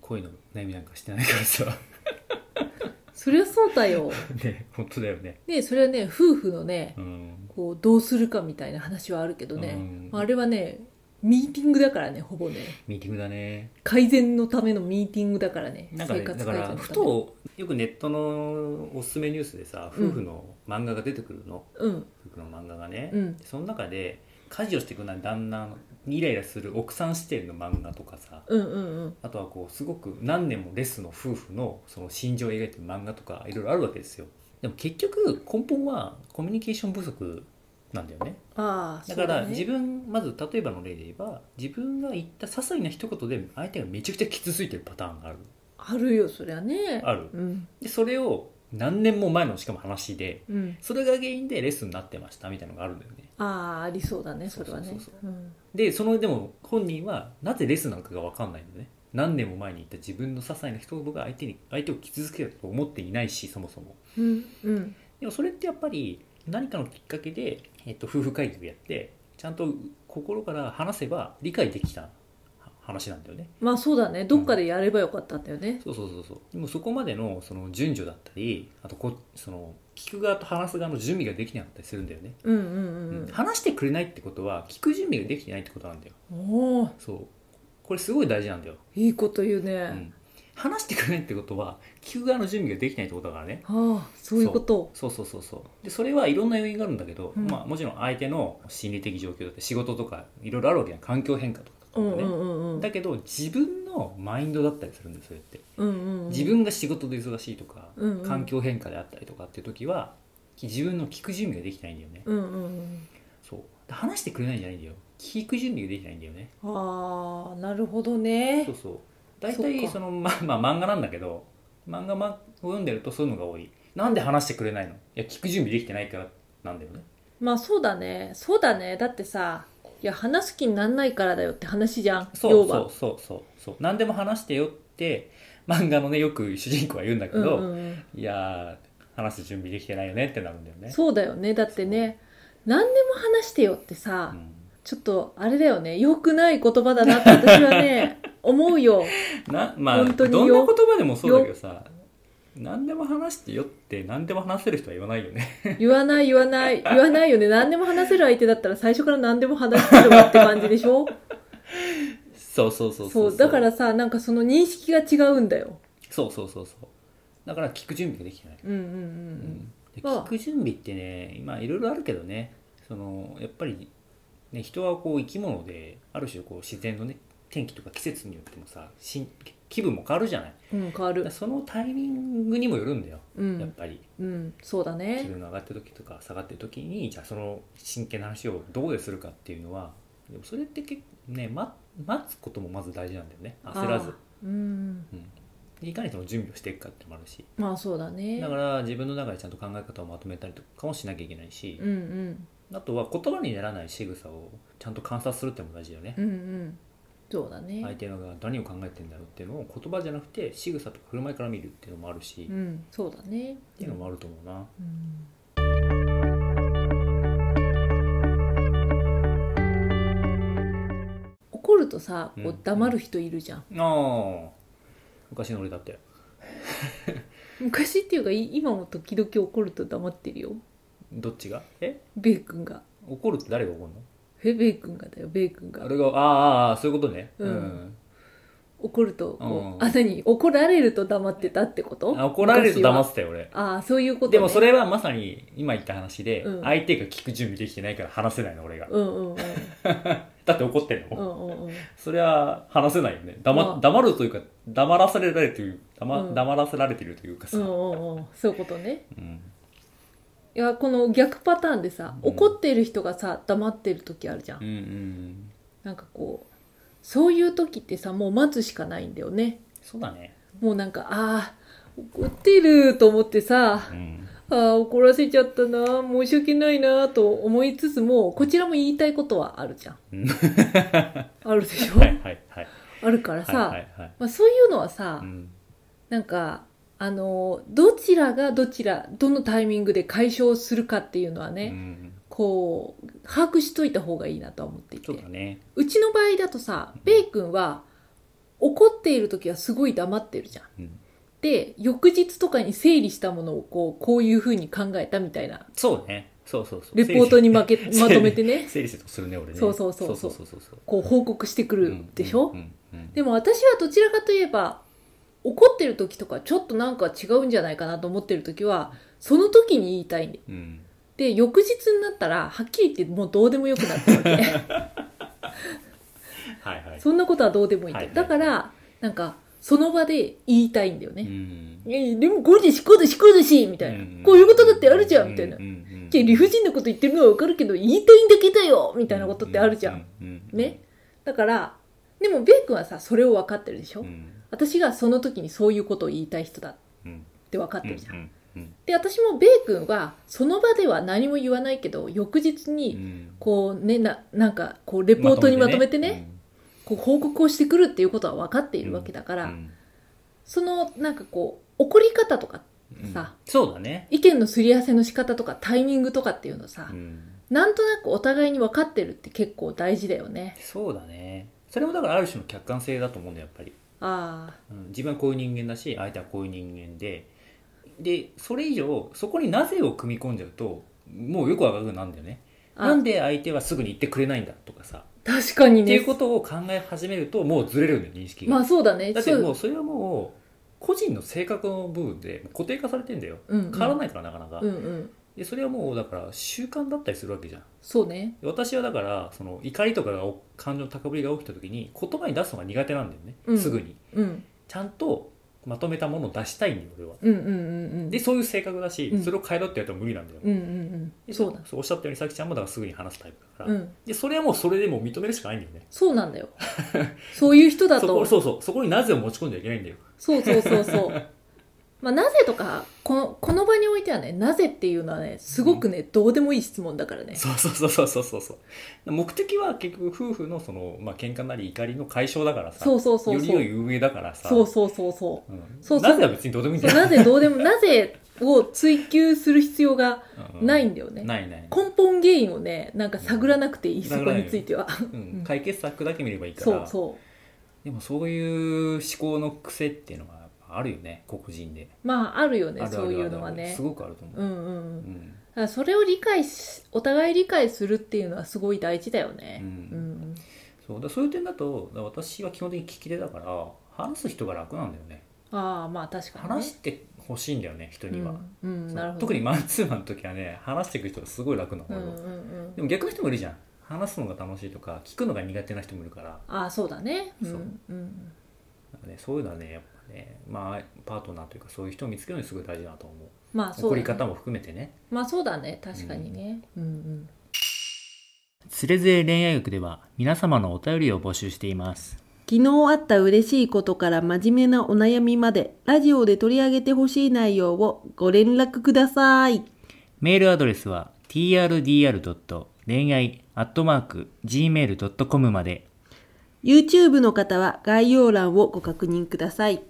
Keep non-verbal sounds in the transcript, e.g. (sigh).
悩みなんかしてないから (laughs) さそりゃそうだよ。ね本当だよねねそれはね、夫婦のね、うんこう、どうするかみたいな話はあるけどね。うんまああれはね、ミーティングだからね、ほぼね。ミーティングだね改善のためのミーティングだからね。なんかね生活だか改善のらためふとよくネットのおすすめニュースでさうん夫婦の漫画が出てくるの、うん、夫婦の漫画がね、うんその中で家事をしてくな旦那にイライラする奥さん視点の漫画とかさうん、うん、うん。あとはこうすごく何年もレスの夫婦のその心情を描いてる漫画とかいろいろあるわけですよでも結局根本はコミュニケーション不足なんだよねああ、だから自分、分まず例えばの例で言えば自分が言った些細な一言で相手がめちゃくちゃ傷ついてるパターンがあるあるよ、そりゃね。あるうん、でそれを何年も前のしかも話でうん。それが原因でレスになってましたみたいなのがあるんだよねああ、ありそうだね、それはそねうそう。うんでそのでも本人はなぜレスなのかが分かんないんだよね何年も前に言った自分の些細な一言が相手に相手を傷つけると思っていないしそもそもうん、うん、でもそれってやっぱり何かのきっかけで、えっと、夫婦会議をやってちゃんと心から話せば理解できた話なんだよねまあそうだねどっかでやればよかったんだよね、そうそうそうそうでもそこまでのその順序だったりあとこその聞く側と話す側の準備ができなかったりするんだよね、うん、うんうん話してくれないってことは聞く準備ができてないってことなんだようんおーそうこれすごい大事なんだよ、いいこと言うね、うん、話してくれないってことは聞く側の準備ができないってことだからねああそういうことそうそうそうそうでそれはいろんな要因があるんだけど、うんまあ、もちろん相手の心理的状況だって仕事とかいろいろあるわけじゃん環境変化とかうだんからうね、んうんうんだけど自分のマインドだったりするんですよそれってうんうんうん自分が仕事で忙しいとか、うんうん環境変化であったりとかっていう時は自分の聞く準備ができてないんだよね、うんうんそう話してくれないんじゃないんだよ聞く準備ができてないんだよねうんああなるほどねそうそう大体そっかそのま (laughs) まあ漫画なんだけど漫画を読んでるとそういうのが多いなんで話してくれないのいや聞く準備できてないからなんだよねまあそうだねそうだねだってさいや話す気になんないからだよって話じゃんそう要はそうそうそうそう何でも話してよって漫画のねよく主人公は言うんだけうんど、うんうんいやー話す準備できてないよねってなるんだよねそうだよねだってね何でも話してよってさ、うんちょっとあれだよね良くない言葉だなって私 (laughs) はね思うよなまあ本当にどんよな言葉でもそうだけどさ何でも話してよって何でも話せる人は言わないよね言わない言わない言わないよね何でも話せる相手だったら最初から何でも話してるわって感じでしょ (laughs) そうそうそうそうだからさなんかその認識が違うんだよそうそうそうそうだから聞く準備ができてない、うんうんううんんでまあ聞く準備ってね今いろいろあるけどねそのやっぱり、ね、人はこう生き物である種こう自然のね天気とか季節によってもさし気分も変わるじゃないだうん、うん、変わからるそのタイミングにもよるんだよ、うやっんぱりうんそうだ気ね分の上がった時とか下がってる時にじゃあその真剣な話をどこでするかっていうのはでもそれって結構ね、ま、待つこともまず大事なんだよね焦らずあ、ーうんうん、でいかにその準備をしていくかっていうのもあるしまあそうだねだから自分の中でちゃんと考え方をまとめたりとかもしなきゃいけないしう、んうんあとは言葉にならない仕草をちゃんと観察するってのも大事だよねう、んうんそうだね、相手が何を考えてんだろうっていうのを言葉じゃなくて仕草とか振る舞いから見るっていうのもあるし、うっんそうだねていうのもあると思うな、うん怒るとさこううん黙る人いるじゃん、ああ昔の俺だって昔っていうかい今も時々怒ると黙ってるよどっちがえベイ君が怒るって誰が怒るのえベイ君がだよベイ君があれがああああそういうことね、うん怒るとこううんあ何怒られると黙ってたってことあ怒られると黙っててたよ俺ああそういうこと、でね、もそれはまさに今言った話で、うん相手が聞く準備できてないから話せないの俺が、うんうんうんだって怒ってんの、うんうんうんそれは話せないよねう黙ん黙るというか黙らされられてる黙,、うん黙らせられてるというかさ、ううんんうんうんそういうことねいやこの逆パターンでさ怒ってる人がさ黙ってる時あるじゃんうんうんなんかこうそういう時ってさもう待つしかないんだよねそうだね、もうなんかああ怒ってると思ってさうん、ああ怒らせちゃったな申し訳ないなと思いつつもこちらも言いたいことはあるじゃんうんあるでし (laughs) ょ、はいはいはいあるからさ、はいはいはいまあ、そういうのはさ、うんなんかあのどちらがどちらどのタイミングで解消するかっていうのはね、うんこう把握しといた方がいいなとは思っていてそうだねうちの場合だとさベイ君は怒っている時はすごい黙ってるじゃん。うんで、翌日とかに整理したものをこう、こういう風に考えたみたいな、そうねそうそうそうレポートにまけ、理まとめてね、整理整理整理するね俺ねそうそうそそうそううそうそうそうこう報告してくるでしょ、うんうんうんうんでも私はどちらかといえば、怒ってる時とかちょっとなんか違うんじゃないかなと思ってる時は、その時に言いたいんで。うんで、翌日になったら、はっきり言ってもうどうでもよくなったわけ。はいはいそんなことはどうでもいいんだよ。はいだから、なんか、その場で言いたいんだようね。んえ、でもこれでしこうでしこうでしみたいな。こういうことだってあるじゃんみたいな。うんうんうんいや理不尽なこと言ってるのはわかるけど、言いたいんだけだよみたいなことってあるじゃん。うううね。だから、でもベイ君はさ、それを分かってるでしうょん私がその時にそういうことを言いたい人だっうんて分かってるじゃん。うんうんで、私もベイ君は、その場では何も言わないけど、翌日うに、んこうね、な、なんか、こう、レポートにまとめてね、こう、報告をしてくるっていうことは分かっているわけだかうんら、うんその、なんかこう、怒り方とか、うんさそうだね意見のすり合わせの仕方とか、タイミングとかっていうのさ、うんなんとなくお互いに分かってるって結構大事だよね。そうだねそれもだからある種の客観性だと思うんだよやっぱりあうん自分はこういう人間だし相手はこういう人間ででそれ以上そこになぜを組み込んじゃうともうよくわかるようになるんだよねあ。なんでで相手はすぐに言ってくれないんだとかさ確かにっていね。うことを考え始めるともうずれるんだよ認識が、まあそうだね。だってそもうそれはもう個人の性格の部分で固定化されてんだようん、うん。変わらないからなかなか、うんうん。でそれはもうだから習慣だったりするわけじゃんそうね。私はだからその怒りとかがお感情の高ぶりが起きた時に言葉に出すのが苦手なんだよね、うんすぐにうん。ちゃんとまとめたものを出したいんだよ俺はうんうんうんうん。でそういう性格だし、うんそれを変えろってやったら無理なんだよ、うんうんうでん。そうだ。おっしゃったようにさきちゃんもだからすぐに話すタイプだから、うん。でそれはもうそれでもう認めるしかないんだよねそうなんだよ。そういう人だそと。こそうそうそこになぜを持ち込んじゃいけないんだよそうそうそ (laughs) うそう。まあ、なぜとか、この、この場においてはね、なぜっていうのはね、すごくね、どうでもいい質問だからね。そうそうそうそうそうそうそう目的は結局夫婦のその、まあ喧嘩なり怒りの解消だからさそうそうそうそようり。良い運営だからさそうそうそうそう。うんそうそうなぜは別にどうでもいいんそだうよなぜどう (laughs) でも、なぜを追求する必要がうんないんだよね。ないない、根本原因をね、なんか探らなくていい、そ探こらないについては。ううんん、解決策だけ見ればいいかそうらそでもそういう思考の癖っていうのがやっぱあるよね黒人でう。まあ、あるよね、あるあるそういうのあるはあるねす。ごくあると思うう、んうんう。うんだんからそれを理解し、お互い理解するっていうのはすごい大事だよね。ううんんうん。そうだそういう点だとだから私は基本的に聞き手だから話す人が楽なんだよねああ、まあ確かにね。話してほしいんだよね人には、うん、うんそうなるほど特にマンツーマンの時はね話していく人がすごい楽なうんのうよ、んうでんも逆の人もいるじゃん話すのが楽しいとか聞くのが苦手な人もいるからああそうだねうそうんうんなんかね、そういうのはねやっぱねまあパートナーというかそういう人を見つけるのにすごい大事だなと思うまあそ怒うだ、ね、り方も含めてねまあそうだね確かにねうんうんつれづれ恋愛学では皆様のお便りを募集しています昨日あった嬉しいことから真面目なお悩みまでラジオで取り上げてほしい内容をご連絡くださいメールアドレスは trdr. 恋愛 .gmail.com まで YouTube の方は概要欄をご確認ください